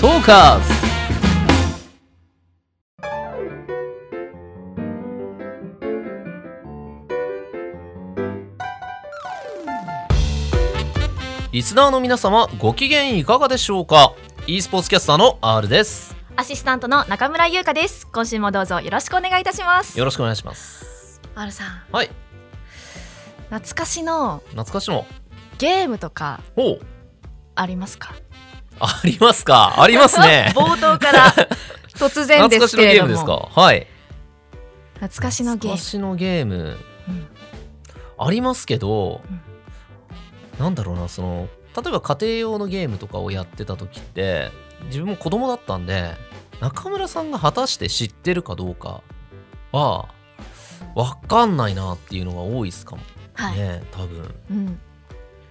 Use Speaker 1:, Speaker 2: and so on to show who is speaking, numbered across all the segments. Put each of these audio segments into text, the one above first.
Speaker 1: トーカーズリスナーの皆様ご機嫌いかがでしょうか e スポーツキャスターの R です
Speaker 2: アシスタントの中村優香です。今週もどうぞよろしくお願いいたします。
Speaker 1: よろしくお願いします
Speaker 2: あるさん、
Speaker 1: はい
Speaker 2: 懐かしの
Speaker 1: 懐かしの
Speaker 2: ゲームとか
Speaker 1: ほう
Speaker 2: ありますか？
Speaker 1: ありますかありますね
Speaker 2: 冒頭から突然
Speaker 1: 懐
Speaker 2: で
Speaker 1: か
Speaker 2: す
Speaker 1: し
Speaker 2: け
Speaker 1: の
Speaker 2: れ
Speaker 1: ゲー
Speaker 2: ど
Speaker 1: ムですか
Speaker 2: も、
Speaker 1: はい
Speaker 2: 懐かしのゲ
Speaker 1: 懐か
Speaker 2: ーム。
Speaker 1: しのゲーム
Speaker 2: うん
Speaker 1: ありますけど、
Speaker 2: うん
Speaker 1: なんだろうなその例えば家庭用のゲームとかをやってた時って自分も子供だったんで中村さんが果たして知ってるかどうかは分かんないなっていうのが多いですかも
Speaker 2: はい。
Speaker 1: ね、多分
Speaker 2: うん。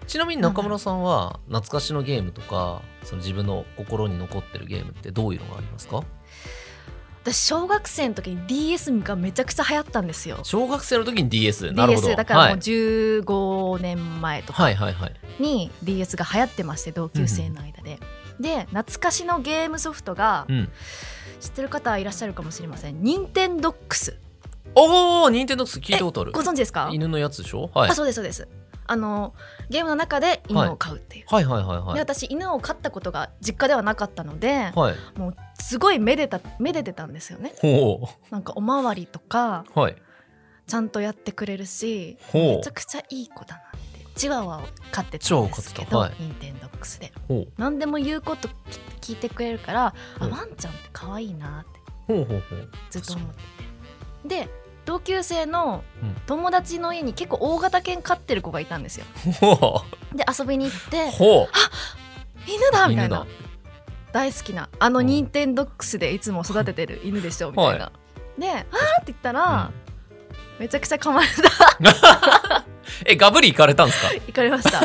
Speaker 1: ちなみに中村さんは懐かしのゲームとかその自分の心に残ってるゲームってどういうのがありますか
Speaker 2: 私小学生の時に DS がめちゃくちゃ流行ったんですよ。
Speaker 1: 小学生の時に DS なるほど
Speaker 2: DS だからも
Speaker 1: は
Speaker 2: う
Speaker 1: い、
Speaker 2: 15年前とか
Speaker 1: はいはいはい
Speaker 2: に DS が流行ってまして同級生の間で。で懐かしのゲームソフトが
Speaker 1: うん
Speaker 2: 知ってる方いらっしゃるかもしれません。任天堂 X
Speaker 1: おお任天堂 x 聞いたことある
Speaker 2: ご存知ですか？
Speaker 1: 犬のやつでしょはい
Speaker 2: あそうですそうですあのゲームの中で犬を飼うっていう、
Speaker 1: はいはいはいはい
Speaker 2: で私犬を飼ったことが実家ではなかったので
Speaker 1: はい。
Speaker 2: すごいめでためでてたんですよね
Speaker 1: ほ
Speaker 2: なんかおまわりとか
Speaker 1: う。はい。
Speaker 2: ちゃんとやってくれるし
Speaker 1: ほ
Speaker 2: めちゃくちゃいい子だなってチワワを飼って
Speaker 1: チ
Speaker 2: た
Speaker 1: ワ
Speaker 2: ん
Speaker 1: ワを
Speaker 2: で
Speaker 1: 飼って
Speaker 2: す
Speaker 1: た
Speaker 2: けど、
Speaker 1: はい
Speaker 2: ニンテンドックスで
Speaker 1: ほう。
Speaker 2: 何でも言うこと聞聞いてくれるから、
Speaker 1: うん
Speaker 2: あワンちゃんって可愛いなって
Speaker 1: ほうほうほう。
Speaker 2: ずっと思っててで同級生の
Speaker 1: うん
Speaker 2: 友達の家に結構大型犬飼ってる子がいたんですよ
Speaker 1: ほ
Speaker 2: で遊びに行って
Speaker 1: う。ほ
Speaker 2: 犬だ
Speaker 1: う。
Speaker 2: み
Speaker 1: 犬
Speaker 2: たいな
Speaker 1: だ。
Speaker 2: 大好きなあの
Speaker 1: うん
Speaker 2: ニンテンドックスでいつも育ててる犬でしょみたいな。で「あー」って言ったら、めちゃくちゃ噛まれた
Speaker 1: え、ガブリ行かれたんですか
Speaker 2: 行かれ ました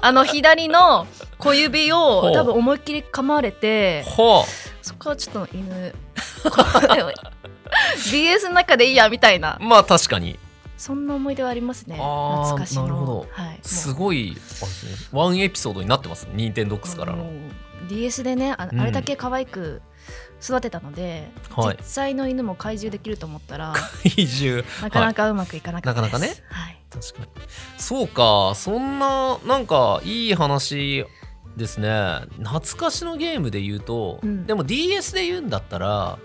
Speaker 2: あの左の小指
Speaker 1: ほ
Speaker 2: を
Speaker 1: う
Speaker 2: 多分思いっきり噛まれて
Speaker 1: ほ
Speaker 2: そこはちょっと犬これは DS の中でいいやみたいな
Speaker 1: う。まあ確かに。
Speaker 2: そんな思い出はありますね
Speaker 1: あー
Speaker 2: 懐かしの
Speaker 1: なるほど
Speaker 2: はい、もう
Speaker 1: すごい、あれですねワンエピソードになってます。ニンテンドックスから
Speaker 2: も
Speaker 1: の。
Speaker 2: う DS でねあ
Speaker 1: うん
Speaker 2: あれだけ可愛く育てたので、
Speaker 1: はい
Speaker 2: 実。際の犬も怪獣できると思ったら
Speaker 1: 移住。
Speaker 2: なかなかうまくいかなかったです。
Speaker 1: なかなかね。
Speaker 2: はい。
Speaker 1: 確かに。そうか。そんな、なんか、いい話。ですね懐かしのゲームで言うと、
Speaker 2: うん
Speaker 1: でも DS で言うんだったら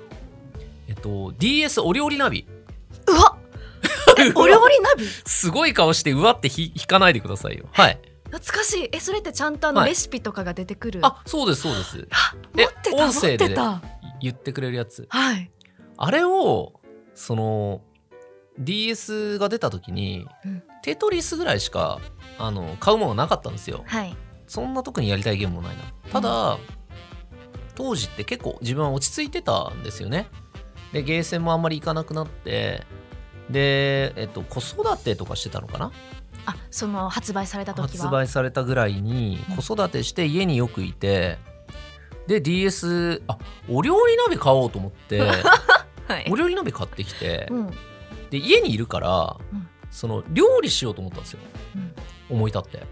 Speaker 1: えっと DS お料理ナビ
Speaker 2: うわ。え、お料理ナ ビ。
Speaker 1: すごい顔してうわってひ引かないでくださいよ。はい。
Speaker 2: 懐かしい。え、それってちゃんとあの
Speaker 1: はい
Speaker 2: レシピとかが出てくる。
Speaker 1: あ、そうですそうです。
Speaker 2: 持ってた。
Speaker 1: え音
Speaker 2: 持
Speaker 1: 声
Speaker 2: っ
Speaker 1: で
Speaker 2: てた。
Speaker 1: 言ってくれるやつ。
Speaker 2: はい。
Speaker 1: あれをその DS が出た時に、
Speaker 2: うん
Speaker 1: テトリスぐらいしかあの買うものなかったんですよ。
Speaker 2: はい。
Speaker 1: そんな特にやりたいゲームもないな。ただ、当時って結構自分は落ち着いてたんですよね。で、ゲーセンもあんまり行かなくなって、で、えっと、子育てとかしてたのかな
Speaker 2: あ、その発売された時は。
Speaker 1: 発売されたぐらいに
Speaker 2: うん
Speaker 1: 子育てして家によくいて、で DS あお料理鍋買おうと思って
Speaker 2: はい
Speaker 1: お。料理鍋買ってきて、
Speaker 2: うん。うん。
Speaker 1: で家にいるから、
Speaker 2: うん
Speaker 1: その料理しようと思ったんですよ思い立って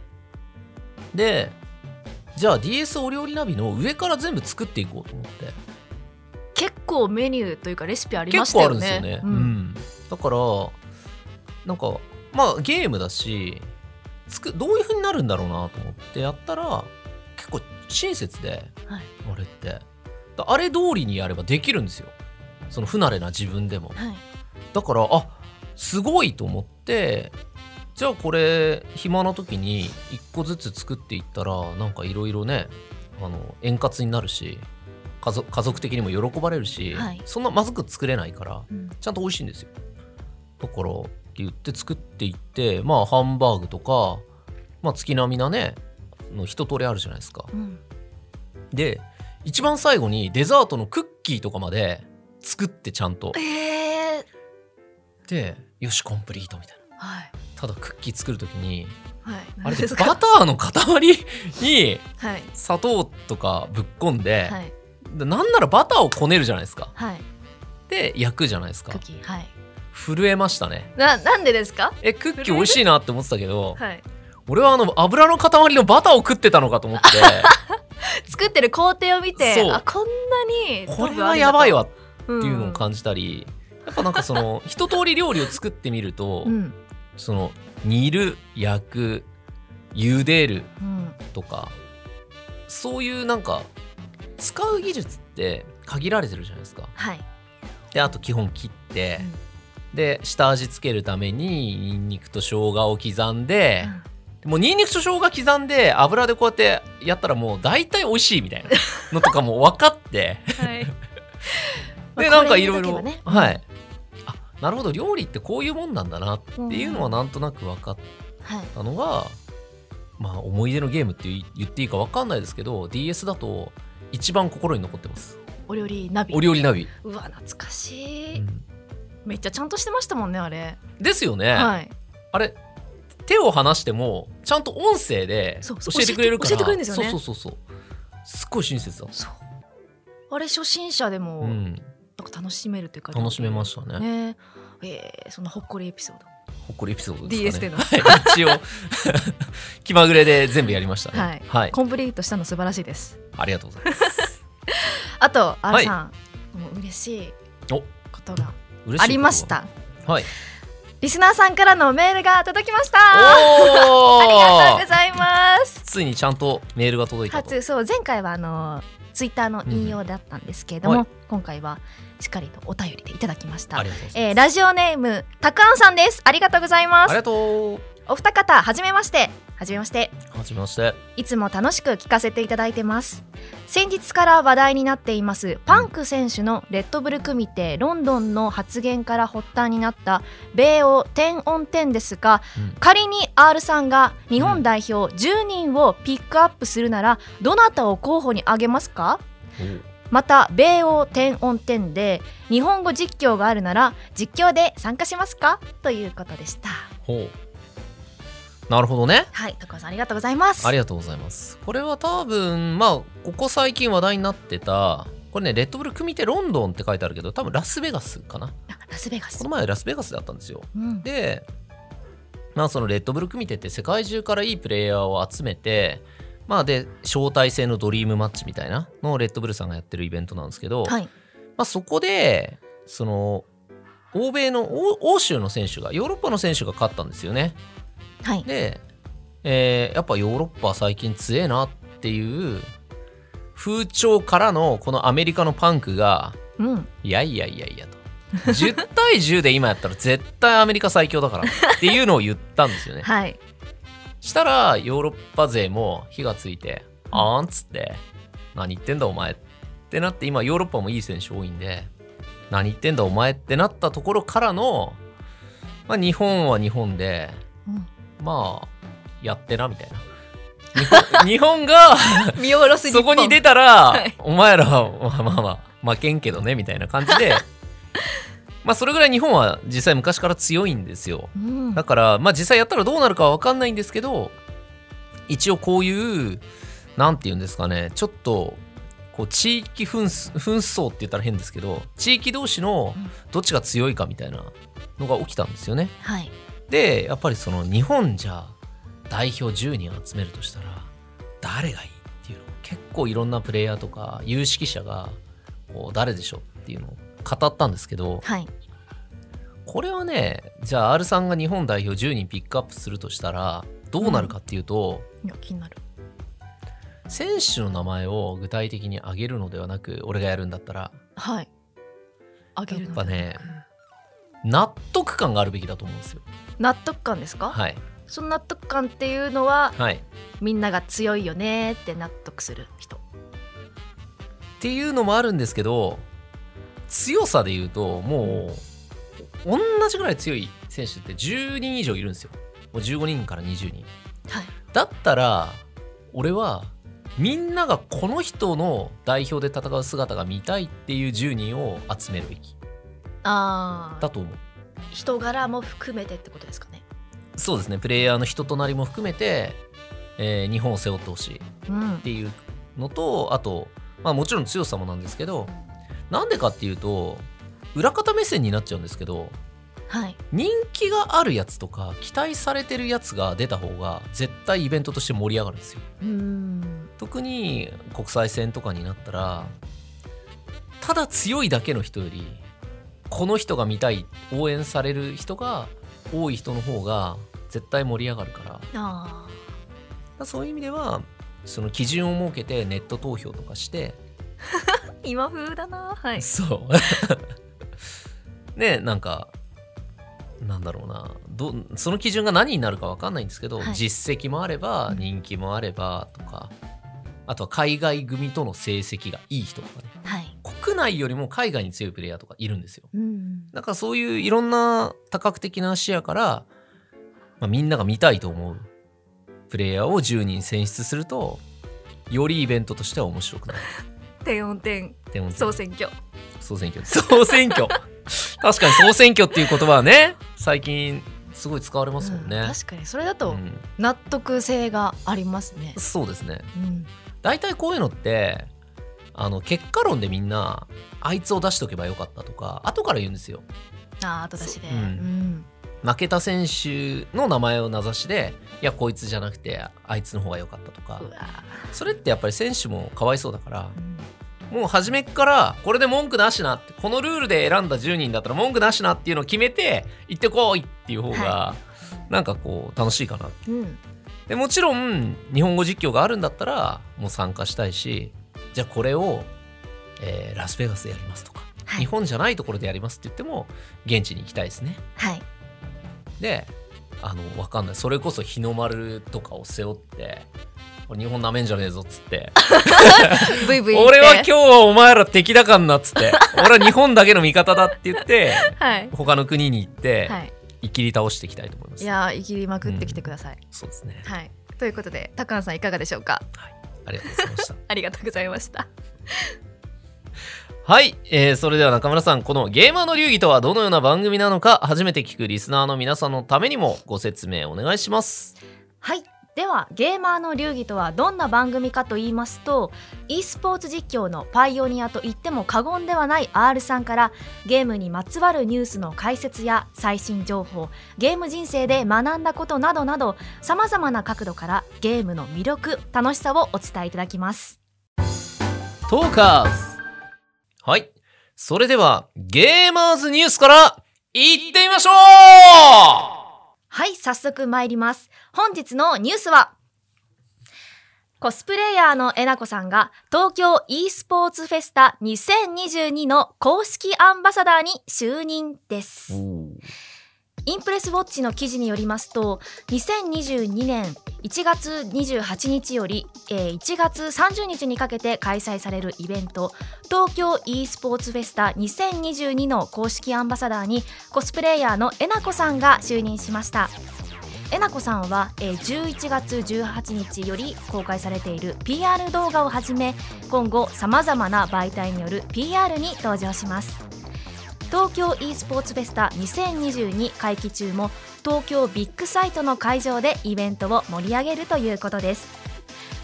Speaker 1: でじゃあ DS お料理鍋の上から全部作っていこうと思って
Speaker 2: 結構メニューというかレシピありま
Speaker 1: 結
Speaker 2: した
Speaker 1: 構あ
Speaker 2: よ
Speaker 1: るんですよ
Speaker 2: ね。
Speaker 1: ね、
Speaker 2: う
Speaker 1: うんんだからなんかまあゲームだしつくどういう風になるんだろうなと思ってやったら結構親切で、
Speaker 2: はい
Speaker 1: あれってだあれ通りにやればできるんですよその不慣れな自分でも
Speaker 2: はい。
Speaker 1: だからあすごいと思ってじゃあこれ暇な時に一個ずつ作っていったらなんかいろいろねあの円滑になるし家族家族的にも喜ばれるし、
Speaker 2: はい
Speaker 1: そんなまずく作れないから
Speaker 2: うん。
Speaker 1: ちゃんと美味しいんですよだからって言って作っていってまあハンバーグとか、まあ、月並みなねの一通りあるじゃないですか
Speaker 2: うん。
Speaker 1: で一番最後にデザートのクッキーとかまで作ってちゃんと
Speaker 2: ええー。
Speaker 1: でよしコンプリートみたいな。
Speaker 2: はい。
Speaker 1: ただクッキー作るときに
Speaker 2: はい。
Speaker 1: あれっ
Speaker 2: で
Speaker 1: て
Speaker 2: す
Speaker 1: バ
Speaker 2: か。
Speaker 1: ターの塊に
Speaker 2: はい。
Speaker 1: 砂糖とかぶっこんで、
Speaker 2: はい。
Speaker 1: でなんならバターをこねるじゃないですか
Speaker 2: はい。
Speaker 1: で焼くじゃないです
Speaker 2: ク
Speaker 1: か
Speaker 2: ッキー。はい。
Speaker 1: 震えましたね
Speaker 2: な、なんでですか。
Speaker 1: えクッキー美味しいなって思ってたけど
Speaker 2: はい。
Speaker 1: 俺はあの油の塊のバターを食ってたのかと思って
Speaker 2: 作ってる工程を見て
Speaker 1: そう
Speaker 2: あこんなに
Speaker 1: これはやばいわっ
Speaker 2: って
Speaker 1: ていうのを感じたり、やっぱなんかそ の一通り料理を作ってみると、
Speaker 2: うん
Speaker 1: その煮る焼く茹でる
Speaker 2: うん
Speaker 1: とかそういうなんか使う技術って限られてるじゃないですか。
Speaker 2: はい
Speaker 1: であと基本切って、で下味つけるためにニンニクと生姜を刻んで、もうニンニクと生姜刻んで油でこうやってやったらもう大体美味しいみたいなのとかも分か って。
Speaker 2: はい
Speaker 1: でなんかいろいろ
Speaker 2: ね
Speaker 1: はいあなるほど料理ってこういうもんなんだなっていうのはなんとなく分かっ
Speaker 2: はい
Speaker 1: たのが、まあ思い出のゲームって言い言っていいか分かんないですけど DS だと一番心に残ってます
Speaker 2: お料理ナビ
Speaker 1: お料理ナビ、
Speaker 2: うわ懐かし
Speaker 1: う
Speaker 2: い
Speaker 1: ん
Speaker 2: めっちゃちゃんとしてましたもんねあれ
Speaker 1: ですよね、
Speaker 2: はい
Speaker 1: あれ手を離してもちゃんと音声で教
Speaker 2: そうそう
Speaker 1: えてくれるから
Speaker 2: 教えてくれるんですよね
Speaker 1: そうそうそうそうすっごい親切だ
Speaker 2: そうあれ初心者でも
Speaker 1: う
Speaker 2: なん
Speaker 1: ん
Speaker 2: か楽しめるというか
Speaker 1: 楽しめましたね
Speaker 2: ねえーそのほっこりエピソード
Speaker 1: ほっこりエピソードです
Speaker 2: DS
Speaker 1: か
Speaker 2: で
Speaker 1: ね
Speaker 2: の
Speaker 1: はい一応 気まぐれで全部やりましたね
Speaker 2: はい
Speaker 1: はい、
Speaker 2: コンプリートしたの素晴らしいです
Speaker 1: ありがとうございます
Speaker 2: あと R さんもう嬉しい
Speaker 1: お
Speaker 2: こ
Speaker 1: 嬉しいこ
Speaker 2: とが
Speaker 1: とは
Speaker 2: ありまし。た
Speaker 1: はい。
Speaker 2: リスナーさんからのメールが届きましたあ
Speaker 1: お
Speaker 2: りがとうご
Speaker 1: お。
Speaker 2: ざいます
Speaker 1: ついにちゃんとメールが届いたと。
Speaker 2: 初そう前回はあのツイッターの引用だったんですけれども、
Speaker 1: うんはい
Speaker 2: 今回はしっかりとお便りでいただきまし
Speaker 1: あ
Speaker 2: た
Speaker 1: りがとうございます。
Speaker 2: えーラジオネームたくあんさんですありがとうございま
Speaker 1: あり
Speaker 2: す
Speaker 1: がと
Speaker 2: お二方はじめましてはじめまして
Speaker 1: う。はじめまして。
Speaker 2: いつも楽しく聞かせていただいてます先日から話題になっていますパンク選手のレッドブル組手ロンドンの発言から発端になった米欧10オン10ですが、
Speaker 1: うん
Speaker 2: 仮に R さんが日本代表10人をピックアップするならどなたを候補に挙げますかまた米欧10オン10で日本語実況があるなら実況で参加しますかということでした
Speaker 1: おほう。なるほどね。
Speaker 2: はい高尾さんありがとうございます
Speaker 1: ありがとうございます。これは多分まあここ最近話題になってた。これね、レッドブル組手ロンドンって書いてあるけど多分ラスベガスかな
Speaker 2: あラスベガス
Speaker 1: この前ラスベガスだったんですよ
Speaker 2: うん
Speaker 1: で、まあ、そのレッドブル組手って世界中からいいプレイヤーを集めて、まあ、で招待制のドリームマッチみたいなのをレッドブルさんがやってるイベントなんですけど、
Speaker 2: はい
Speaker 1: まあ、そこでその欧米の欧欧州の選手がヨーロッパの選手が勝ったんですよね。
Speaker 2: はい
Speaker 1: で、えーやっぱヨーロッパ最近強えなっていう風潮からのこのアメリカのパンクが
Speaker 2: うん
Speaker 1: いやいやいやいやと。10対10で今やったら絶対アメリカ最強だからっていうのを言ったんですよね。
Speaker 2: はい。
Speaker 1: したらヨーロッパ勢も火がついて「あーん」っつって「何言ってんだお前」ってなって今ヨーロッパもいい選手多いんで「何言ってんだお前」ってなったところからの、まあ、日本は日本でまあやってなみたいな。日本 日本が
Speaker 2: 見下ろす日
Speaker 1: そ
Speaker 2: 本
Speaker 1: こに出たら、
Speaker 2: はい
Speaker 1: お前らはまあまあまあ負けんけどねみたいな感じ でまあそれぐらい日本は実際昔から強いんですよ。
Speaker 2: うん
Speaker 1: だから、まあ、実際やったらどうなるかは分かんないんですけど一応こういうなんて言うんですかねちょっとこう地域紛争紛争って言ったら変ですけど地域同士の
Speaker 2: うん
Speaker 1: どっちが強いかみたいなのが起きたんですよね。
Speaker 2: はい。
Speaker 1: でやっぱりその日本じゃ代表10人集めるとしたら誰がいいっていうのを結構いろんなプレイヤーとか有識者がこう誰でしょうっていうのを語ったんですけど、
Speaker 2: はい。
Speaker 1: これはねじゃあ R さんが日本代表10人ピックアップするとしたらどうなるかっていうと、
Speaker 2: いや気になる。
Speaker 1: 選手の名前を具体的に挙げるのではなく俺がやるんだったら
Speaker 2: はい。あげるのではなく
Speaker 1: やっぱ納得感があるべきだと思うんですよ。
Speaker 2: 納得感ですか？
Speaker 1: はい、
Speaker 2: その納得感っていうのは
Speaker 1: はい、っ
Speaker 2: みんなが強いよねって納得する人。
Speaker 1: ていうのもあるんですけど強さで言うともう同じぐらい強い選手って10人以上いるんですよ。もう15人から20人。
Speaker 2: はい。
Speaker 1: だったら俺はみんながこの人の代表で戦う姿が見たいっていう10人を集めるべき
Speaker 2: あ
Speaker 1: だ
Speaker 2: あ。
Speaker 1: と思う
Speaker 2: 人柄も含めてってことですかね。
Speaker 1: そうですねプレイヤーの人となりも含めて、えー日本を背負ってほしいっ
Speaker 2: うん。
Speaker 1: ていうのとあと、まあ、もちろん強さもなんですけどなんでかっていうと裏方目線になっちゃうんですけど
Speaker 2: はい。
Speaker 1: 人気があるやつとか期待されてるやつが出た方が絶対イベントとして盛り上がるんですよ
Speaker 2: うーん。
Speaker 1: 特に国際戦とかになったらただ強いだけの人よりこの人が見たい応援される人が多い人の方が絶対盛り上がるからだか
Speaker 2: あ
Speaker 1: らそういう意味ではその基準を設けてネット投票とかして
Speaker 2: ー今風だなはい
Speaker 1: そうねなんかなんだろうなどその基準が何になるか分かんないんですけど、
Speaker 2: はい
Speaker 1: 実績もあれば
Speaker 2: うん
Speaker 1: 人気もあればとか、あとは海外組との成績がいい人とかね
Speaker 2: はい
Speaker 1: 国内よりも海外に強いプレイヤーとかいるんですよ
Speaker 2: うん
Speaker 1: だからそういういろんな多角的な視野から、まあ、みんなが見たいと思うプレイヤーを10人選出するとよりイベントとしては面白くなる
Speaker 2: 点4点
Speaker 1: って思って
Speaker 2: 総選挙
Speaker 1: 総選挙総選挙確かに総選挙っていう言葉はね最近すごい使われますもん
Speaker 2: う
Speaker 1: ね
Speaker 2: ん、確かにそれだと
Speaker 1: うん
Speaker 2: 納得性がありますね、
Speaker 1: そうですね
Speaker 2: うん、
Speaker 1: 大体こういうのってあの結果論でみんなあいつを出しとけばよかったとか後から言うんですよ
Speaker 2: あー後出しで、
Speaker 1: そう
Speaker 2: う
Speaker 1: うん
Speaker 2: ん
Speaker 1: 負けた選手の名前を名指しでいやこいつじゃなくてあいつの方が良かったとか
Speaker 2: うわー
Speaker 1: それってやっぱり選手もかわいそうだから
Speaker 2: うん
Speaker 1: もう初めっからこれで文句なしなってこのルールで選んだ10人だったら文句なしなっていうのを決めて行ってこいっていう方がなんかこう楽しいかな
Speaker 2: うん
Speaker 1: でもちろん日本語実況があるんだったらもう参加したいしじゃあこれを、えーラスベガスでやりますとか、
Speaker 2: はい
Speaker 1: 日本じゃないところでやりますって言っても現地に行きたいですね
Speaker 2: はい
Speaker 1: であの分かんないそれこそ日の丸とかを背負ってこれ日本なめんじゃねえぞっつって
Speaker 2: ブイブイ言って
Speaker 1: 俺は今日はお前ら敵だかんなっつって 俺は日本だけの味方だって言って
Speaker 2: はい
Speaker 1: 他の国に行って、
Speaker 2: はい
Speaker 1: いきり倒していきたいと思います
Speaker 2: いやー生きりまくってきてください、
Speaker 1: そうですね
Speaker 2: はいということで高野さんいかがでしょうか
Speaker 1: ありがとうございました
Speaker 2: ありがとうございました
Speaker 1: はい、えーそれでは中村さんこの「ゲーマーの流儀」とはどのような番組なのか初めて聞くリスナーの皆さんのためにもご説明お願いします
Speaker 2: はいではゲーマーの流儀とはどんな番組かと言いますと e スポーツ実況のパイオニアと言っても過言ではない R さんからゲームにまつわるニュースの解説や最新情報ゲーム人生で学んだことなどなどさまざまな角度からゲームの魅力楽しさをお伝えいただきます
Speaker 1: トーカーズはいそれではゲーマーズニュースからいってみましょう
Speaker 2: はい早速参ります本日のニュースはコスプレイヤーのえなこさんが東京 e スポーツフェスタ2022の公式アンバサダーに就任ですインプレスウォッチの記事によりますと2022年1月28日より、えー1月30日にかけて開催されるイベント東京 e スポーツフェスタ2022の公式アンバサダーにコスプレイヤーのえなこさんが就任しましたえなこさんは、えー11月18日より公開されている PR 動画をはじめ今後さまざまな媒体による PR に登場します東京 e スポーツフェスタ2022会期中も東京ビッグサイトの会場でイベントを盛り上げるということです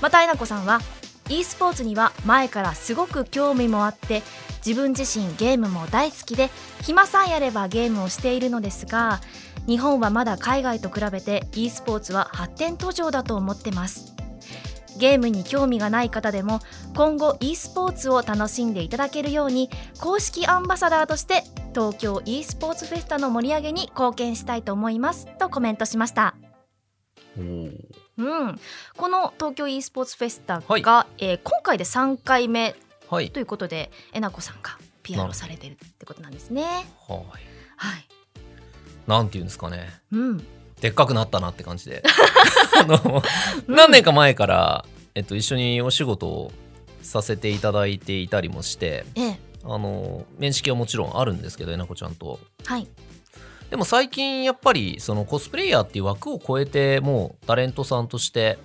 Speaker 2: またえなこさんは e スポーツには前からすごく興味もあって自分自身ゲームも大好きで暇さえあればゲームをしているのですが日本はまだ海外と比べて e スポーツは発展途上だと思ってますゲームに興味がない方でも今後 e スポーツを楽しんでいただけるように公式アンバサダーとして東京 e スポーツフェスタの盛り上げに貢献したいと思いますとコメントしました。うん、この東京 e スポーツフェスタが、
Speaker 1: は
Speaker 2: えー今回で3回目
Speaker 1: はい
Speaker 2: ということでえなこさんが PR をされてるってことなんですね。
Speaker 1: はい
Speaker 2: はい、
Speaker 1: なんていうんですかね
Speaker 2: うん、
Speaker 1: でっかくなったなって感じで あの何年か前から、えっと、一緒にお仕事をさせていただいていたりもして
Speaker 2: ええ、
Speaker 1: あの面識はもちろんあるんですけどえなこちゃんと
Speaker 2: はい、
Speaker 1: でも最近やっぱりそのコスプレイヤーっていう枠を超えてもうタレントさんとして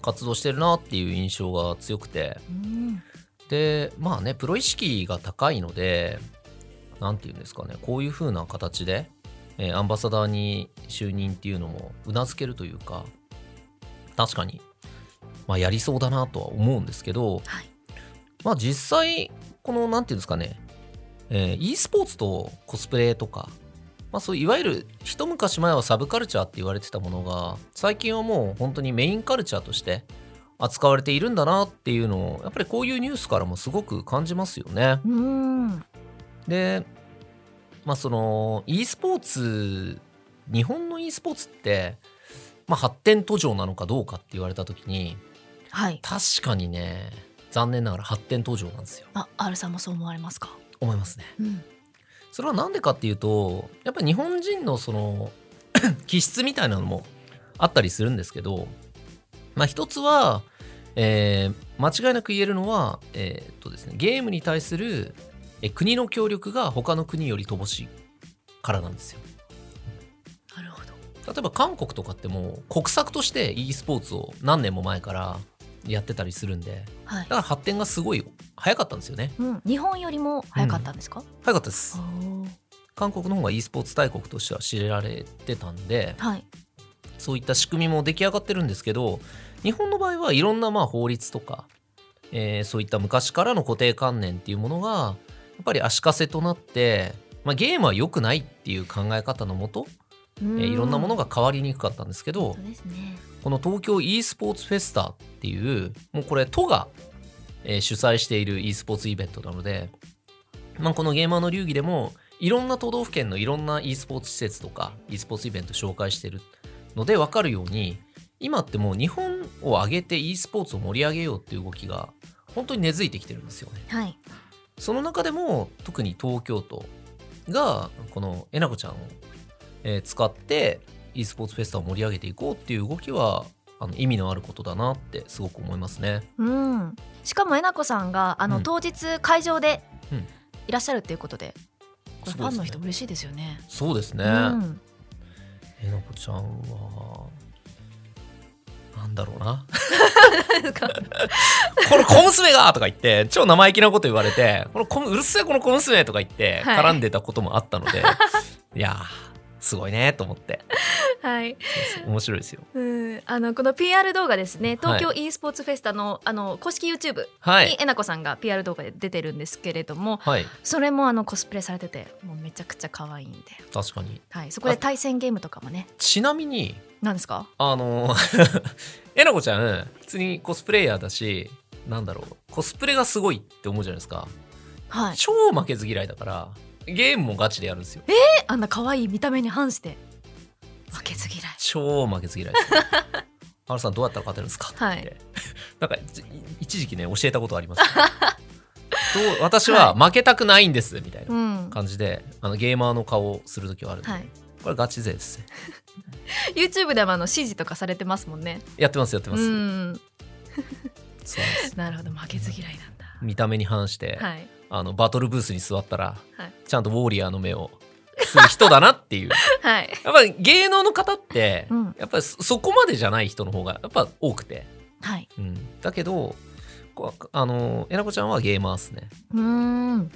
Speaker 1: 活動してるなっていう印象が強くて
Speaker 2: うん、
Speaker 1: でまあねプロ意識が高いので何て言うんですかねこういう風な形で、えーアンバサダーに就任っていうのもうなずけるというか確かに、まあ、やりそうだなとは思うんですけど、
Speaker 2: はい
Speaker 1: まあ実際この何て言うんですかね、えー e スポーツとコスプレとか、まあ、そういういわゆる一昔前はサブカルチャーって言われてたものが最近はもう本当にメインカルチャーとして扱われているんだなっていうのをやっぱりこういうニュースからもすごく感じますよね。
Speaker 2: うーん
Speaker 1: で、まあ、その e スポーツ日本の e スポーツって、まあ、発展途上なのかどうかって言われた時に
Speaker 2: はい
Speaker 1: 確かにね残念ながら発展途上なんですよ
Speaker 2: あ R さんもそう思われますか、
Speaker 1: 思いますね。
Speaker 2: うん、
Speaker 1: それはなんでかっていうとやっぱり日本人のその 気質みたいなのもあったりするんですけど、まあ、一つは、えー間違いなく言えるのは、えーっとですね、ゲームに対するえー国の協力が他の国より乏しいからなんですよ。
Speaker 2: なるほど
Speaker 1: 例えば韓国とかってもう国策として e スポーツを何年も前からやってたりするんで
Speaker 2: はい
Speaker 1: だから発展がすごい早かったんですよね
Speaker 2: うん、日本よりも早かったんですか、
Speaker 1: 早かったです
Speaker 2: おー
Speaker 1: 韓国の方が e スポーツ大国としては知られてたんで
Speaker 2: はい
Speaker 1: そういった仕組みも出来上がってるんですけど日本の場合はいろんなまあ法律とか、えーそういった昔からの固定観念っていうものがやっぱり足かせとなって、まあ、ゲームは良くないっていう考え方のもと、
Speaker 2: う
Speaker 1: え
Speaker 2: ー
Speaker 1: ーいろんなものが変わりにくかったんですけど
Speaker 2: そうですね
Speaker 1: この東京 e スポーツフェスタっていうもうこれ都が、えー主催している e スポーツイベントなので、まあ、このゲーマーの流儀でもいろんな都道府県のいろんな e スポーツ施設とか e スポーツイベント紹介してるので分かるように今ってもう日本を挙げて e スポーツを盛り上げようっていう動きが本当に根付いてきてるんですよね。
Speaker 2: はい
Speaker 1: その中でも特に東京都がこのえなこちゃんを、えー使って e スポーツフェスタを盛り上げていこうっていう動きはあの意味のあることだなってすごく思いますね。
Speaker 2: うん、しかもえなこさんがあの、
Speaker 1: うん
Speaker 2: 当日会場で
Speaker 1: うん
Speaker 2: いらっしゃるっていうことで、こ
Speaker 1: そうで
Speaker 2: れ
Speaker 1: す
Speaker 2: フ
Speaker 1: ね
Speaker 2: ァンの人嬉しいですよね。
Speaker 1: そうですね。
Speaker 2: うん、
Speaker 1: えなこちゃんはなんだろうな この小娘がとか言って超生意気なこと言われてこの小うるせえこの小娘とか言って
Speaker 2: はい
Speaker 1: 絡んでたこともあったの で、い、やーすごいねと思って
Speaker 2: はい、
Speaker 1: 面白いですよ。
Speaker 2: うん、あのこの PR 動画ですね、東京
Speaker 1: は
Speaker 2: e スポーツフェスタのあの公式 YouTube
Speaker 1: は
Speaker 2: に
Speaker 1: い、
Speaker 2: えなこさんが PR 動画で出てるんですけれども、
Speaker 1: はい、
Speaker 2: それもあのコスプレされてて、もうめちゃくちゃ可愛いんで、
Speaker 1: 確かに
Speaker 2: はい、そこで対戦ゲームとかもね、
Speaker 1: ちなみに
Speaker 2: なんですか？
Speaker 1: あの えなこちゃん普通にコスプレイヤーだしなんだろうコスプレがすごいって思うじゃないですか、
Speaker 2: はい、
Speaker 1: 超負けず嫌いだからゲームもガチでやるんですよ
Speaker 2: えあんな可愛い見た目に反して負けず嫌い。
Speaker 1: 超負けず嫌 いですよ R さんどうやったら勝てるんですか
Speaker 2: はい
Speaker 1: って言ってなんかじ一時期ね教えたことありますどう私は負けたくないんですみたいな
Speaker 2: うん、は
Speaker 1: 感じであのゲーマーの顔をする時はあるんで、
Speaker 2: い。
Speaker 1: これガチ勢ですね
Speaker 2: YouTube でもあの指示とかされてますもんね。
Speaker 1: やってますやってます、
Speaker 2: うん、
Speaker 1: そうなんです
Speaker 2: なるほど負けず嫌いなんだ。
Speaker 1: 見た目に反して、
Speaker 2: はい
Speaker 1: あのバトルブースに座ったら、
Speaker 2: はい
Speaker 1: ちゃんとウォーリアーの目をする人だなって いう
Speaker 2: はい。
Speaker 1: やっぱり芸能の方って、
Speaker 2: うん
Speaker 1: やっぱりそそこまでじゃない人の方がやっぱ多くて、
Speaker 2: はい。
Speaker 1: うん、だけどこあのえなこちゃんはゲーマーっすね、
Speaker 2: うーん
Speaker 1: うん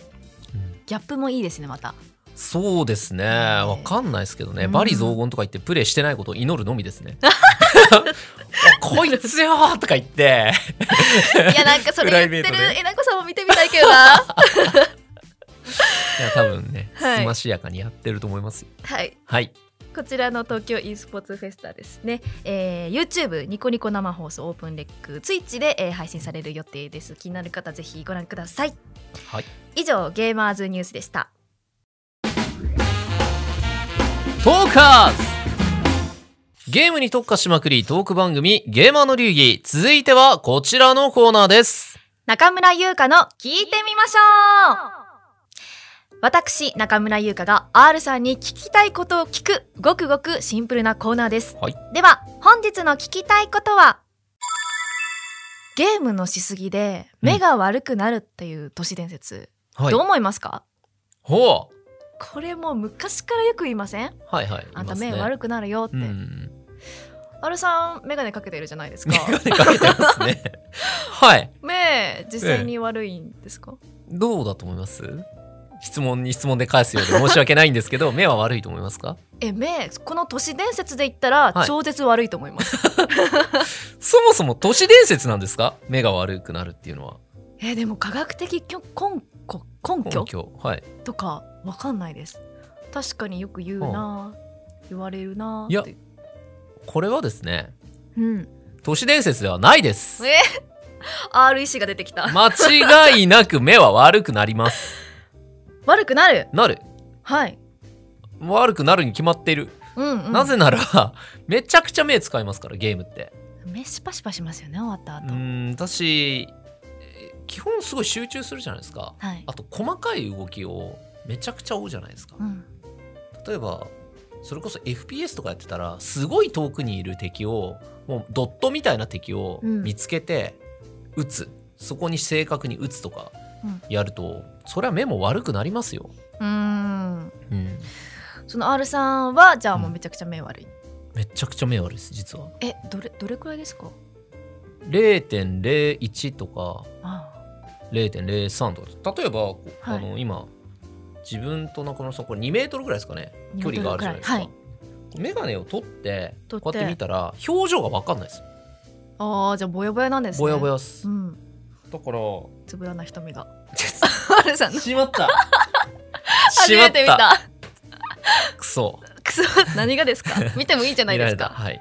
Speaker 2: ギャップもいいですね また。
Speaker 1: そうですね
Speaker 2: ね
Speaker 1: わかんないですけどね、
Speaker 2: うん
Speaker 1: バリ雑言とか言ってプレイしてないことを祈るのみです ねこいつよーとか言 って
Speaker 2: いやなんかそれ言
Speaker 1: プ
Speaker 2: ってる
Speaker 1: ライベートで
Speaker 2: えなこさんも見てみたいけ ど
Speaker 1: い
Speaker 2: な。
Speaker 1: や多分ね、
Speaker 2: はい
Speaker 1: すましやかにやってると思いますよ
Speaker 2: はい。
Speaker 1: はい
Speaker 2: こちらの東京 e スポーツフェスタですね、えー、YouTube ニコニコ生放送オープンレック Twitch で、えー配信される予定です気になる方ぜひご覧ください
Speaker 1: はい
Speaker 2: 以上ゲーマーズニュースでした
Speaker 1: トーカーズゲームに特化しまくりトーク番組「ゲーマーの流儀」続いてはこちらのコーナーです
Speaker 2: 中村優香の聞いてみましょう私中村優香が R さんに聞きたいことを聞くごくごくシンプルなコーナーです、
Speaker 1: はい
Speaker 2: では本日の聞きたいことはゲームのしすぎで目が悪くなるっていう都市伝説、
Speaker 1: はい
Speaker 2: どう思いますか
Speaker 1: ほう
Speaker 2: これもう昔からよく言いません
Speaker 1: はいはい
Speaker 2: あんた目悪
Speaker 1: く
Speaker 2: くなるよって、
Speaker 1: うん
Speaker 2: R さん眼鏡かけてるじゃないですか
Speaker 1: 眼鏡かけてますねはい
Speaker 2: 目実際に悪いんですか、
Speaker 1: どうだと思います質問に質問で返すようで申し訳ないんですけど 目は悪いと思いますか
Speaker 2: え目この都市伝説で言ったら、
Speaker 1: はい
Speaker 2: 超絶悪いと思います
Speaker 1: そもそも都市伝説なんですか目が悪くなるっていうのは
Speaker 2: えでも科学的きょ根拠根拠
Speaker 1: 根拠はい
Speaker 2: とかわかんないです確かによく言うな、言われるなって
Speaker 1: いやこれはですね
Speaker 2: うん
Speaker 1: 都市伝説ではないです
Speaker 2: え REC が出てきた
Speaker 1: 間違いなく目は悪くなります
Speaker 2: 悪くなる
Speaker 1: なる
Speaker 2: はい
Speaker 1: 悪くなるに決まっている、
Speaker 2: うん、うん、
Speaker 1: なぜなら めちゃくちゃ目使いますからゲームって
Speaker 2: 目シパシパしますよね終わった
Speaker 1: う
Speaker 2: 後、
Speaker 1: ん私えー基本すごい集中するじゃないですか
Speaker 2: はい
Speaker 1: あと細かい動きをめちゃくちゃ追うじゃないですか
Speaker 2: うん
Speaker 1: 例えばそれこそ FPS とかやってたらすごい遠くにいる敵をもうドットみたいな敵を
Speaker 2: うん
Speaker 1: 見つけて撃つ、そこに正確に撃つとか
Speaker 2: うん
Speaker 1: やると、それは目も悪くなりますよ、
Speaker 2: うーん
Speaker 1: うん、
Speaker 2: その R さんはじゃあもうめちゃくちゃ目悪い、
Speaker 1: めちゃくちゃ目悪いです実は
Speaker 2: えどれどれくらいですか
Speaker 1: 0.01とか
Speaker 2: あ
Speaker 1: 0.03とか例えばこう
Speaker 2: はい
Speaker 1: あの今自分と中村さんこれ2メートルぐらいですかね
Speaker 2: 2
Speaker 1: 距離があるじゃないですか、
Speaker 2: はい
Speaker 1: 眼鏡を取って
Speaker 2: 取って
Speaker 1: こうやって見たら表情が分かんないです
Speaker 2: ああーじゃあぼやぼやなんですね
Speaker 1: ぼやぼ
Speaker 2: や
Speaker 1: やっす、
Speaker 2: うん
Speaker 1: だ から
Speaker 2: つぶらな瞳が
Speaker 1: し
Speaker 2: R さんの
Speaker 1: まった
Speaker 2: 初めて見た
Speaker 1: クソ
Speaker 2: くそ何がですか見てもいいじゃないです
Speaker 1: 見ら
Speaker 2: か
Speaker 1: れたはい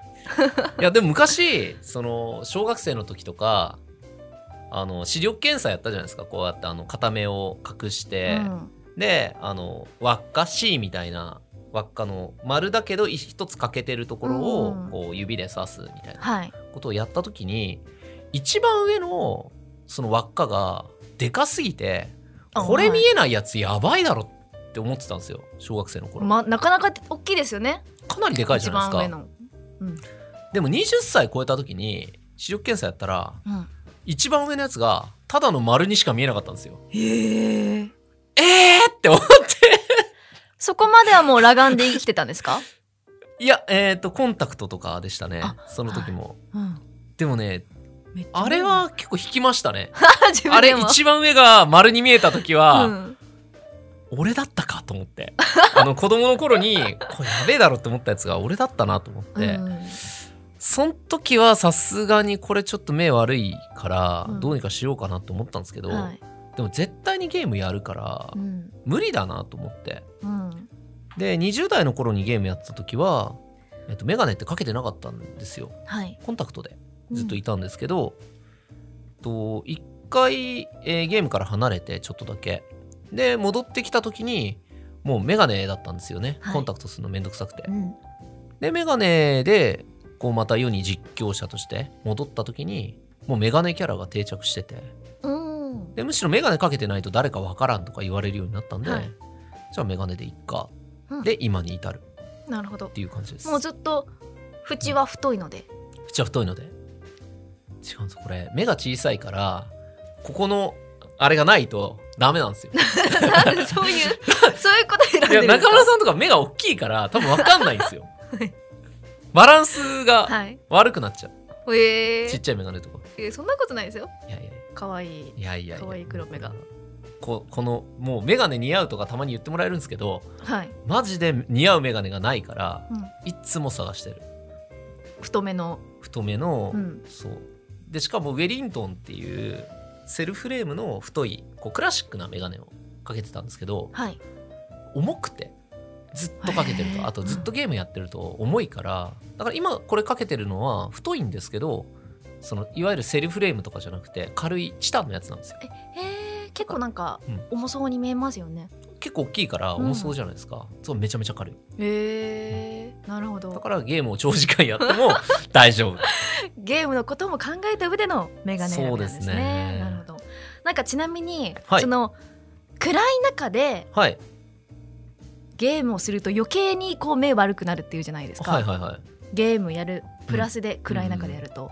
Speaker 1: いやでも昔その小学生の時とかあの視力検査やったじゃないですかこうやってあの片目を隠して、
Speaker 2: うん
Speaker 1: であの輪っか C みたいな輪っかの丸だけどい一つ欠けてるところを
Speaker 2: うん
Speaker 1: こう指で刺すみたいな
Speaker 2: はい
Speaker 1: ことをやった時に一番上のその輪っかがでかすぎてこれ見えないやつやばいだろって思ってたんですよ小学生の頃
Speaker 2: ま、なかなか大きいですよね
Speaker 1: かなりでかいじゃない
Speaker 2: 一番
Speaker 1: で
Speaker 2: 上
Speaker 1: すか
Speaker 2: の、
Speaker 1: でも20歳超えた時に視力検査やったら
Speaker 2: うん、
Speaker 1: 一番上のやつがただの丸にしか見えなかったんですよ
Speaker 2: へえ
Speaker 1: えーって思っ
Speaker 2: そこまではもう裸眼で生きてたんですか、
Speaker 1: いやえっ、とコンタクトとかでしたね
Speaker 2: あ
Speaker 1: その時も
Speaker 2: うん、
Speaker 1: でもね
Speaker 2: めっちゃ
Speaker 1: あれは結構引きましたね
Speaker 2: 自分
Speaker 1: あれ
Speaker 2: でも
Speaker 1: 一番上が丸に見えた時は、
Speaker 2: うん
Speaker 1: 俺だったかと思って あの子供の頃にこれやべえだろって思ったやつが俺だったなと思って、
Speaker 2: うん
Speaker 1: その時はさすがにこれちょっと目悪いから
Speaker 2: うん
Speaker 1: どうにかしようかなと思ったんですけど、
Speaker 2: はい
Speaker 1: でも絶対にゲームやるから
Speaker 2: うん
Speaker 1: 無理だなと思って
Speaker 2: うん
Speaker 1: で20代の頃にゲームやってた時は、えっと、メガネってかけてなかったんですよ
Speaker 2: はい、
Speaker 1: コンタクトでずっと
Speaker 2: うん
Speaker 1: いたんですけど、と一回、えーゲームから離れてちょっとだけで戻ってきた時にもうメガネだったんですよね、
Speaker 2: はい
Speaker 1: コンタクトするのめんどくさくて
Speaker 2: うん
Speaker 1: でメガネでこうまた世に実況者として戻った時にもうメガネキャラが定着してて
Speaker 2: うん
Speaker 1: でむしろメガネかけてないと誰かわからんとか言われるようになったんで、
Speaker 2: はい
Speaker 1: じゃあメガネでいっか、
Speaker 2: うん
Speaker 1: で今に至る
Speaker 2: なるほど
Speaker 1: っていう感じです
Speaker 2: もうずっと縁は太い ので、
Speaker 1: 口は太いので違うんですこれ目が小さいからここのあれがないとダメなんですよ
Speaker 2: なんでそういうそういうこと選ん
Speaker 1: い
Speaker 2: で
Speaker 1: や
Speaker 2: るんです
Speaker 1: 中
Speaker 2: か
Speaker 1: 村さんとか目が大きいから多分わかんないんですよ
Speaker 2: はい
Speaker 1: バランスが
Speaker 2: はい
Speaker 1: 悪くなっちゃう、
Speaker 2: え
Speaker 1: ちっちゃいメガネとか
Speaker 2: えそんなことないですよ
Speaker 1: いやいや
Speaker 2: 可愛い
Speaker 1: いやいやや
Speaker 2: 可愛い黒目が
Speaker 1: ここのもうメガネ似合うとかたまに言ってもらえるんですけど
Speaker 2: はい、
Speaker 1: マジで似合うメガネがないから
Speaker 2: うん、
Speaker 1: いっつも探してる
Speaker 2: 太めの
Speaker 1: 太めの、
Speaker 2: うん
Speaker 1: そうでしかもウェリントンっていうセルフレームの太いこうクラシックなメガネをかけてたんですけど
Speaker 2: はい
Speaker 1: 重くてずっとかけてる
Speaker 2: へ
Speaker 1: と
Speaker 2: ー
Speaker 1: あとずっとゲームやってると重いからだから今これかけてるのは太いんですけどそのいわゆるセルフレームとかじゃなくて軽いチタンのやつなんですよ
Speaker 2: えー、結構なんか
Speaker 1: うん
Speaker 2: 重そうに見えますよね。
Speaker 1: 結構大きいから重そうじゃないですか、そうめちゃめちゃ軽い
Speaker 2: えー、なるほ
Speaker 1: だ
Speaker 2: ど
Speaker 1: か。らゲームを長時間やっても 大丈夫
Speaker 2: ゲームのことも考えた上でのメガネ選びなんですね。
Speaker 1: そうですね
Speaker 2: なるほど。なんかちなみに、
Speaker 1: はい
Speaker 2: その暗い中で
Speaker 1: はい
Speaker 2: ゲームをすると余計にこう目悪くなるっていうじゃないですか。
Speaker 1: はいはいはい
Speaker 2: ゲームやるプラスで暗い中でやると。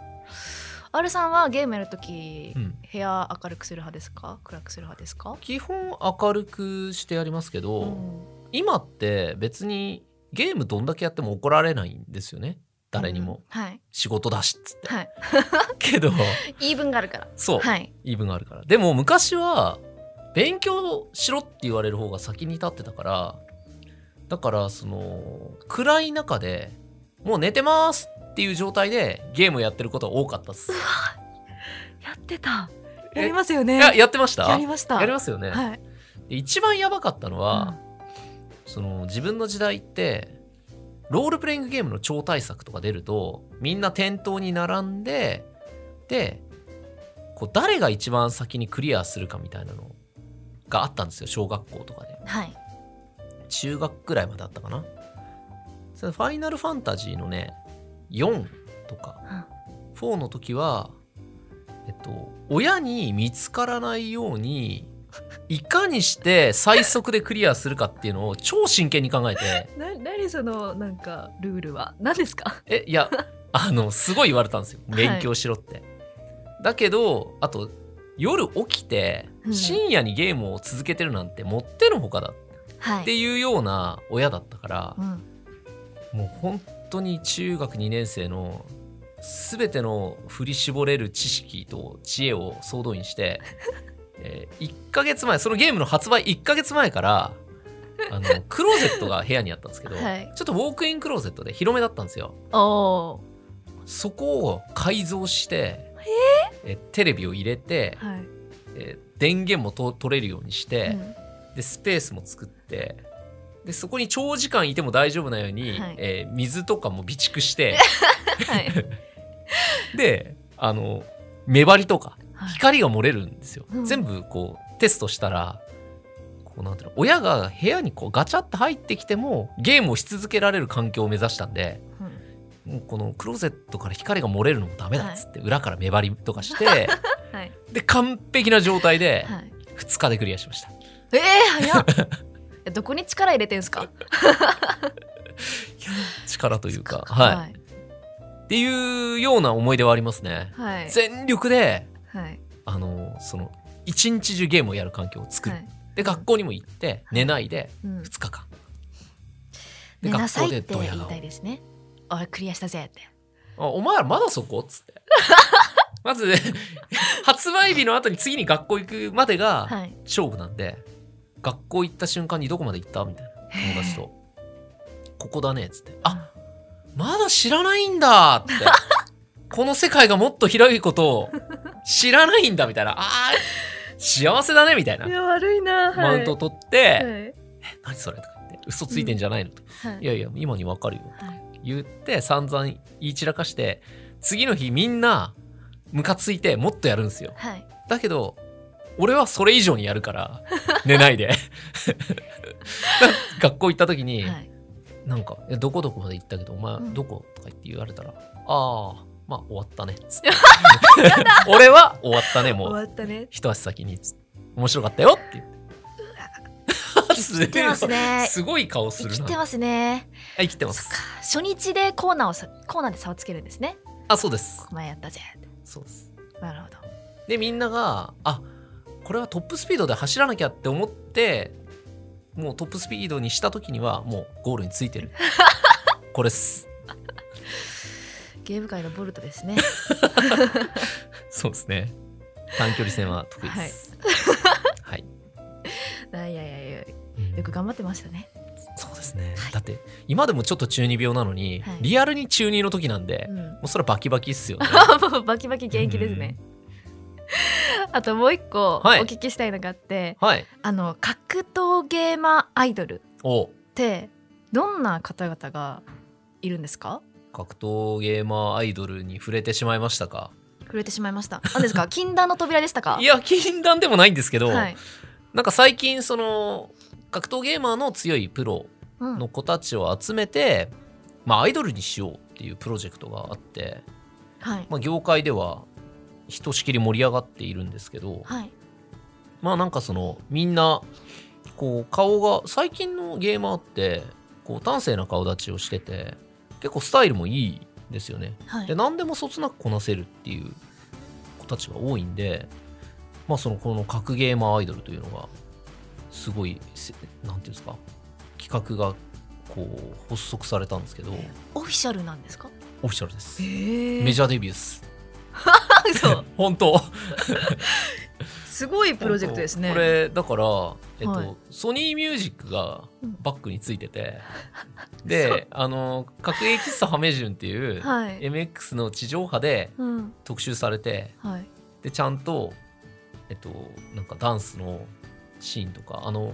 Speaker 2: R さんはゲームやるとき、
Speaker 1: うん
Speaker 2: 部屋明るくする派ですか暗くする派ですか、
Speaker 1: 基本明るくしてやりますけど、
Speaker 2: うん
Speaker 1: 今って別にゲームどんだけやっても怒られないんですよね誰にも、
Speaker 2: はい
Speaker 1: 仕事だしっつって
Speaker 2: はい
Speaker 1: け ど
Speaker 2: 言い分があるから
Speaker 1: そう、
Speaker 2: はい
Speaker 1: 言い分があるからでも昔は勉強しろって言われる方が先に立ってたからだからその暗い中でもう寝てますっていう状態でゲームやってることが多かったっす
Speaker 2: やってた
Speaker 1: え
Speaker 2: やりますよね
Speaker 1: いややってました
Speaker 2: やりました
Speaker 1: やりますよね、
Speaker 2: はい
Speaker 1: で一番やばかったのは、その自分の時代ってロールプレイングゲームの超大作とか出るとみんな店頭に並んででこう誰が一番先にクリアするかみたいなのがあったんですよ小学校とかで
Speaker 2: はい
Speaker 1: 中学くらいまであったかなそれファイナルファンタジーのね4とか4の時はえっと親に見つからないようにいかにして最速でクリアするかっていうのを超真剣に考えて
Speaker 3: な何そのなんかルールは何ですか
Speaker 1: えいやあのすごい言われたんですよ勉強しろって、だけどあと夜起きて
Speaker 3: うん
Speaker 1: 深夜にゲームを続けてるなんてもってのほかだ
Speaker 2: は
Speaker 1: って
Speaker 2: い、
Speaker 1: いうような親だったから
Speaker 2: う、ん、
Speaker 1: もう本当に中学2年生の全ての振り絞れる知識と知恵を総動員 して、え1ヶ月前そのゲームの発売1ヶ月前からあ のクローゼットが部屋にあったんですけど、
Speaker 2: はい
Speaker 1: ちょっとウォークインクローゼットで広めだったんですよ。
Speaker 2: おお
Speaker 1: そこを改造して、えテレビを入れて、
Speaker 3: はい、
Speaker 1: え電源もと取れるようにし
Speaker 2: ー、
Speaker 1: て
Speaker 2: う、 ん
Speaker 1: でスペースも作ってでそこに長時間いても大丈夫なように、
Speaker 2: はい
Speaker 1: えー水とかも備蓄して
Speaker 2: はい
Speaker 1: であの目張りとか
Speaker 3: はい
Speaker 1: 光が漏れるんですよ、
Speaker 3: うん
Speaker 1: 全部こうテストしたらこうなんていうの親が部屋にこうガチャって入ってきてもゲームをし続けられる環境を目指したんで。
Speaker 2: うん
Speaker 1: もうこのクローゼットから光が漏れるのもダメだっつって、裏から目張りとかし て
Speaker 3: はい
Speaker 1: で完璧な状態で
Speaker 2: はい
Speaker 1: 2日でクリアしました、
Speaker 2: ええー、早っえどこに力入れてんすか
Speaker 1: 力というか、はい
Speaker 3: い
Speaker 1: っていうような思い出はありますね、
Speaker 3: はい
Speaker 1: 全力で
Speaker 3: はい
Speaker 1: あのその一日中ゲームをやる環境を作る、
Speaker 3: はい
Speaker 1: で学校にも行って寝ないで
Speaker 3: うん
Speaker 1: 2日間、
Speaker 2: 寝なさいって
Speaker 1: ド
Speaker 2: 言
Speaker 1: ヤ
Speaker 2: い
Speaker 1: 顔
Speaker 2: たいですね俺クリアしたぜって
Speaker 1: あお前らまだそこっつって。 まず発売日の後に次に学校行くまでが
Speaker 2: はい
Speaker 1: 勝負なんで、学校行った瞬間にどこまで行ったみたいな友達と「ここだね」っつって「あまだ知らないんだ」って この世界がもっと広いことを知らないんだみたいな「あー幸せだね」みたいない
Speaker 3: や 悪いな、はい、
Speaker 1: マウントを取って「
Speaker 3: はい
Speaker 1: 何それ」とか言って「嘘ついてんじゃないの?」と
Speaker 3: はい
Speaker 1: いやいや今にわかるよ
Speaker 3: はい」
Speaker 1: 言って散々言い散らかして次の日みんなムカついてもっとやるんですよ
Speaker 2: はい
Speaker 1: だけど俺はそれ以上にやるから 寝ないで学校行った時に、
Speaker 2: はい
Speaker 1: なんか「いやどこどこまで行ったけどお前
Speaker 2: うん
Speaker 1: どこ?」とか言って言われたら「ああまあ終わったね」 つって 俺は終わったねもう
Speaker 3: 終わったね
Speaker 1: 一足先につって面白かったよ」って言って す
Speaker 2: 生きてますね
Speaker 1: すごい顔す
Speaker 2: 生
Speaker 1: るな
Speaker 2: きてますね
Speaker 1: あ生きてま
Speaker 2: そっか
Speaker 1: す
Speaker 2: 初日でコーナーをさコーナーで差をつけるんですね
Speaker 1: あそうです
Speaker 2: ここ前やったぜって
Speaker 1: そうです
Speaker 2: なるほど
Speaker 1: でみんながあこれはトップスピードで走らなきゃって思ってもうトップスピードにした時にはもうゴールについて るこれっす
Speaker 2: ゲーム界のボルトで すね
Speaker 1: そうですね短距離戦は得意です はい、
Speaker 2: いやいやいや
Speaker 1: うん
Speaker 2: よく頑張ってましたね、
Speaker 1: そうですね、
Speaker 2: はい
Speaker 1: だって今でもちょっと中二病なのに、
Speaker 2: はい
Speaker 1: リアルに中二の時なんで、
Speaker 2: う
Speaker 1: も
Speaker 2: ん
Speaker 1: うそれはバキバキっすよね
Speaker 2: もうバキバキ現役ですね、あともう一個お
Speaker 1: はい
Speaker 2: 聞きしたいのがあって、
Speaker 1: はい
Speaker 2: あの格闘ゲーマーアイドル
Speaker 1: お
Speaker 2: ってどんな方々がいるんですか
Speaker 1: 格闘ゲーマーアイドルに触れてしまいましたか
Speaker 2: 触れてしまいました何で すか禁断の扉でしたか
Speaker 1: いや禁断でもないんですけど、
Speaker 2: はい
Speaker 1: なんか最近その格闘ゲーマーの強いプロ
Speaker 2: うん
Speaker 1: の子たちを集めて、まあ、アイドルにしようっていうプロジェクトがあって、
Speaker 2: はい
Speaker 1: まあ、業界ではひとしきり盛り上がっているんですけど、
Speaker 2: はい
Speaker 1: まあなんかそのみんなこう顔が最近のゲーマーってこう端正な顔立ちをしてて結構スタイルもいいですよね。
Speaker 2: はい
Speaker 1: で何でもそつなくこなせるっていう子たちが多いんで、まあ、そのこの格ゲーマーアイドルというのがすごいせなんていうんですか企画がこう発足されたんですけどオ
Speaker 2: オフィシャルなんですか
Speaker 1: フィシャルです
Speaker 3: え
Speaker 1: メジャーデビューです
Speaker 3: ー、 そう
Speaker 1: 本当
Speaker 3: すごいプロジェクトですね
Speaker 1: これだから、えっと
Speaker 2: はい
Speaker 1: ソニーミュージックが
Speaker 2: うん
Speaker 1: バックについ てて、であの「角栄喫茶ハメジュン」っていう、
Speaker 2: はい、
Speaker 1: MX の地上波で
Speaker 2: うん、
Speaker 1: 特集されて
Speaker 2: はい
Speaker 1: でちゃんとえっとなんかダンスのシーンとかあの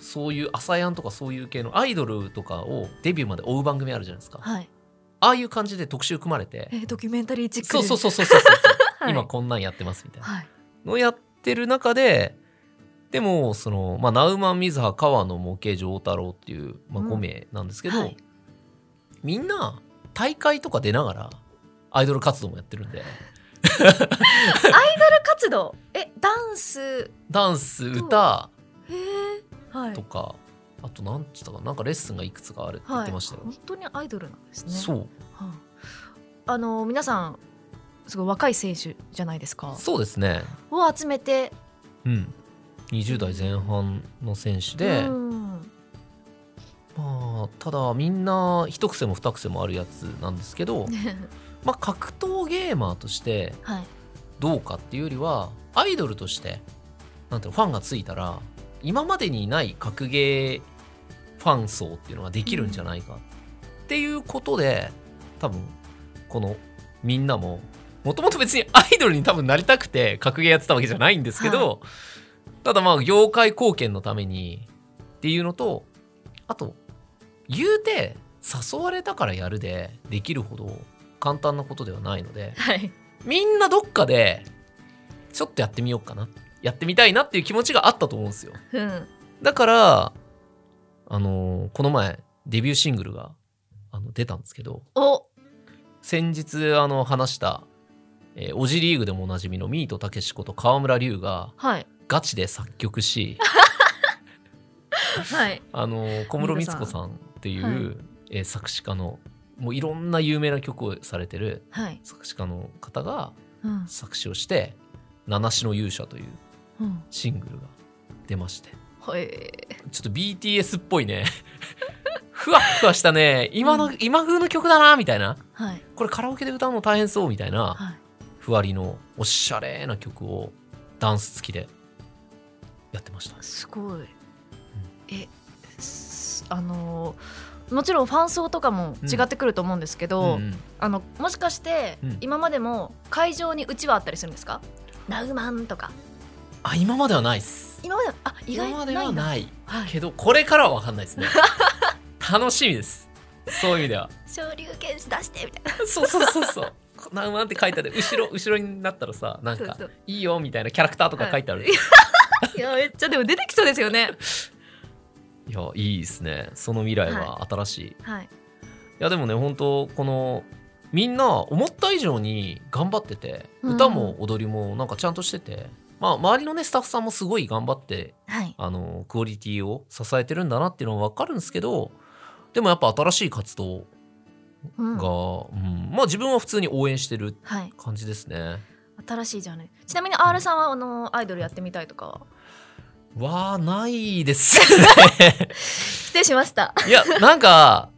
Speaker 1: そういう朝やんとかそういう系のアイドルとかをデビューまで追う番組あるじゃないですか、あ
Speaker 2: はい。
Speaker 1: あいう感じで特集組まれて
Speaker 3: えードキュメンタリーチック
Speaker 1: そうそうそうそうそうそう、
Speaker 2: はい
Speaker 1: 今こんなんやってますみたいな
Speaker 3: はい
Speaker 1: のやってる中ででもその、まあ、ナウマン・ミズハ川野模型丈太郎っていう、まあ、
Speaker 3: うん
Speaker 1: 5名なんですけど、
Speaker 2: はい
Speaker 1: みんな大会とか出ながらアイドル活動もやってるんで
Speaker 2: 活動えダンス
Speaker 1: ダンス歌
Speaker 2: へえ
Speaker 3: はい
Speaker 1: とか、あと何て言ったかななんかレッスンがいくつかあるって言っ
Speaker 2: はい
Speaker 1: てましたよ、
Speaker 2: 本当にアイドルなんですね
Speaker 1: そう
Speaker 2: はいあの皆さんすごい若い選手じゃないですか
Speaker 1: そうですね
Speaker 2: を集めて
Speaker 1: うん20代前半の選手で、
Speaker 2: うん
Speaker 1: まあただみんな一癖も二癖もあるやつなんですけど、まあ、格闘ゲーマーとして
Speaker 2: はい
Speaker 1: どうかっていうよりはアイドルとしてなんていうのファンがついたら今までにない格ゲーファン層っていうのができるんじゃないか、っていうことで多分このみんなももともと別にアイドルに多分なりたくて格ゲーやってたわけじゃないんですけど、ただまあ業界貢献のためにっていうのとあと言うて誘われたからやるでできるほど簡単なことではないので。
Speaker 2: はい
Speaker 1: みんなどっかでちょっとやってみようかなやってみたいなっていう気持ちがあったと思うんですよ
Speaker 2: うん
Speaker 1: だからあのーこの前デビューシングルがあの出たんですけど
Speaker 2: お
Speaker 1: 先日あの話した、えーオジリーグでもおなじみのミートたけしこと川村龍が
Speaker 2: はい
Speaker 1: ガチで作曲 し
Speaker 2: はい
Speaker 1: あのー小室光子さんっていう、
Speaker 2: ミー
Speaker 1: えー作詞家のもういろんな有名な曲をされてる
Speaker 2: はい
Speaker 1: 作詞家の方が
Speaker 2: うん
Speaker 1: 作詞をして「七種の勇者」という
Speaker 2: うん
Speaker 1: シングルが出まして
Speaker 2: はい
Speaker 1: ちょっと BTS っぽいね ふわっふわしたね今の、今風の曲だなみたいな
Speaker 2: はい
Speaker 1: これカラオケで歌うの大変そうみたいな
Speaker 2: はい
Speaker 1: ふわりのおしゃれな曲をダンス付きでやってました
Speaker 2: すごいえすあのもちろんファン層とかも違ってくると思うんですけど、
Speaker 1: うんうん
Speaker 2: あのもしかして
Speaker 1: うん
Speaker 2: 今までも会場にうちはあったりするんですか、ナウマンとか
Speaker 1: あ今まではないっす
Speaker 2: 今まであ意外
Speaker 1: 今まで
Speaker 2: な
Speaker 1: はい
Speaker 2: んだ
Speaker 1: ない
Speaker 2: はい
Speaker 1: けどこれからは分かんないですね楽しみですそういう意味では
Speaker 2: 昇竜拳士出してみたいな
Speaker 1: そうそうそうそう「ナウマン」って書いてある後ろ後ろになったらさなんか
Speaker 3: そうそう
Speaker 1: 「いいよ」みたいなキャラクターとか書いてある、
Speaker 2: いやめっちゃでも出てきそうですよね
Speaker 1: いやいいですねその未来は新しい、い、
Speaker 2: はい
Speaker 1: やでもね本当このみんな思った以上に頑張ってて
Speaker 2: うん
Speaker 1: 歌も踊りもなんかちゃんとしてて、まあ周りのねスタッフさんもすごい頑張って
Speaker 2: はい
Speaker 1: あのクオリティを支えてるんだなっていうのは分かるんですけどでもやっぱ新しい活動
Speaker 2: うん
Speaker 1: が、うんまあ自分は普通に応援してる
Speaker 2: はい
Speaker 1: 感じですね
Speaker 2: 新しいじゃないちなみに R さんはあのアイドルやってみたいとかは
Speaker 1: わーないですね
Speaker 2: 失礼しました
Speaker 1: いやなんか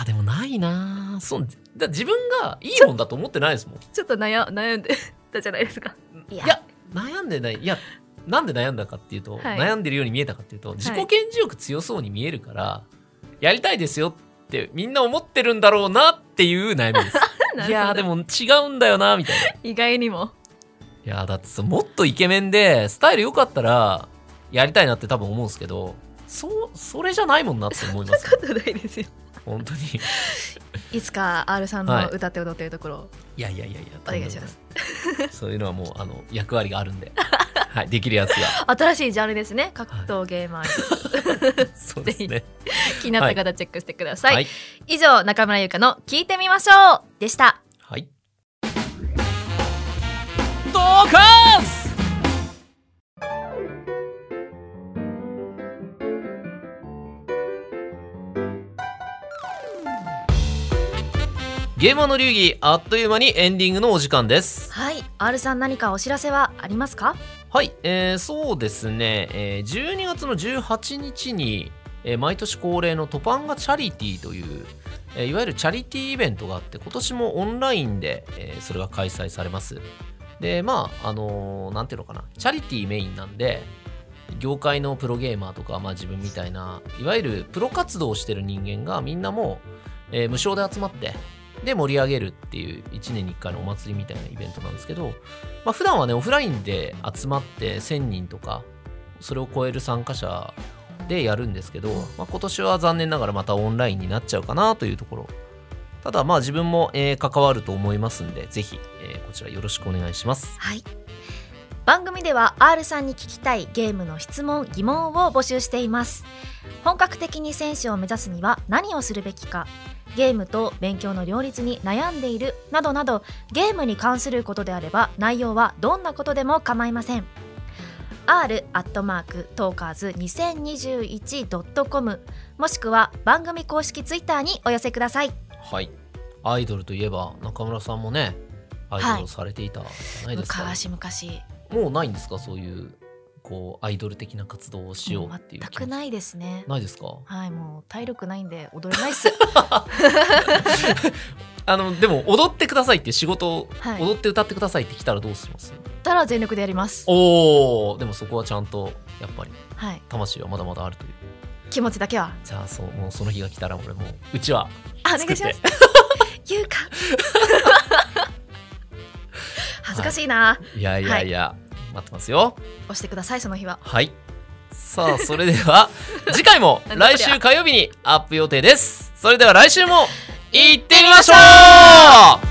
Speaker 1: あでもないなそうだ自分がいいもんだと思ってないですもん
Speaker 3: ちょっと悩悩んでたじゃないですか
Speaker 2: い
Speaker 1: い
Speaker 2: や
Speaker 1: や悩んでないいやなんで悩んだかっていうと、
Speaker 3: はい
Speaker 1: 悩んでるように見えたかっていうと自己顕示欲強そうに見えるから、やりたいですよってみんな思ってるんだろうなっていう悩みです
Speaker 3: なるほど
Speaker 1: いやーでも違うんだよなみたいない
Speaker 3: 意外にも
Speaker 1: やーだってさもっとイケメンでスタイル良かったらやりたいなって多分思うんですけどそうそれじゃないもんなって思います よ
Speaker 3: 勝たないですよ
Speaker 1: 本当に
Speaker 2: いつか R さん
Speaker 1: はい
Speaker 2: の歌って踊ってるところを
Speaker 1: いやいやいやいや
Speaker 2: お願いします
Speaker 1: とんでもないそういうのはもうあの役割があるんで、はい、できるやつ が
Speaker 2: 新しいジャンルですね格闘ゲーマーに、
Speaker 1: そうですね
Speaker 2: 気になった方チェックしてください、
Speaker 1: はい
Speaker 2: 以上中村優香の「聞いてみましょう」でした
Speaker 1: はい。ドーカス。ゲーマーの流儀あっという間にエンディングのお時間です。
Speaker 2: はい R さん何かお知らせはありますか
Speaker 1: はい、えーそうですね、えー12月の18日に、えー毎年恒例のトパンガチャリティという、えーいわゆるチャリティーイベントがあって今年もオンラインで、えーそれが開催されますでまああのーなんていうのかなチャリティーメインなんで業界のプロゲーマーとか、まあ、自分みたいないわゆるプロ活動をしてる人間がみんなもう、えー無償で集まってで盛り上げるっていう1年に1回のお祭りみたいなイベントなんですけど、まあ、普段はねオフラインで集まって1000人とかそれを超える参加者でやるんですけど、まあ、今年は残念ながらまたオンラインになっちゃうかなというところただまあ自分も、えー関わると思いますんでぜひ、えーこちらよろしくお願いします
Speaker 2: はい。番組では R さんに聞きたいゲームの質問疑問を募集しています本格的に選手を目指すには何をするべきかゲームと勉強の両立に悩んでいるなどなどゲームに関することであれば内容はどんなことでも構いません r アットマークトーカーズ 2021.com もしくは番組公式ツイッターにお寄せください
Speaker 1: はいアイドルといえば中村さんもねアイドルをされていたじゃないですか、
Speaker 2: 昔々
Speaker 1: もうないんですかそういうこうアイドル的な活動をしようっていう気持
Speaker 2: 全く
Speaker 1: ち
Speaker 2: ないですね
Speaker 1: ないですか
Speaker 2: はいもう体力ないんで踊れない っす
Speaker 1: あのでも踊ってくださいって仕事を、
Speaker 2: はい
Speaker 1: 踊って歌ってくださいって来たらどうします
Speaker 2: たら全力でやります
Speaker 1: おおでもそこはちゃんとやっぱり
Speaker 2: はい
Speaker 1: 魂はまだまだあるという
Speaker 2: 気持ちだけは
Speaker 1: じゃあそうもうその日が来たら俺もううちは
Speaker 2: あお願
Speaker 1: 作
Speaker 2: い
Speaker 1: っ
Speaker 2: しま
Speaker 1: て
Speaker 2: す 言うか 恥ずかしいな、
Speaker 1: いやいやいや、待ってますよ
Speaker 2: 押してくださいその日は
Speaker 1: はいさあそれでは次回も
Speaker 3: なんだこり
Speaker 1: 来
Speaker 3: ゃ
Speaker 1: 週火曜日にアップ予定ですそれでは来週も行ってみましょう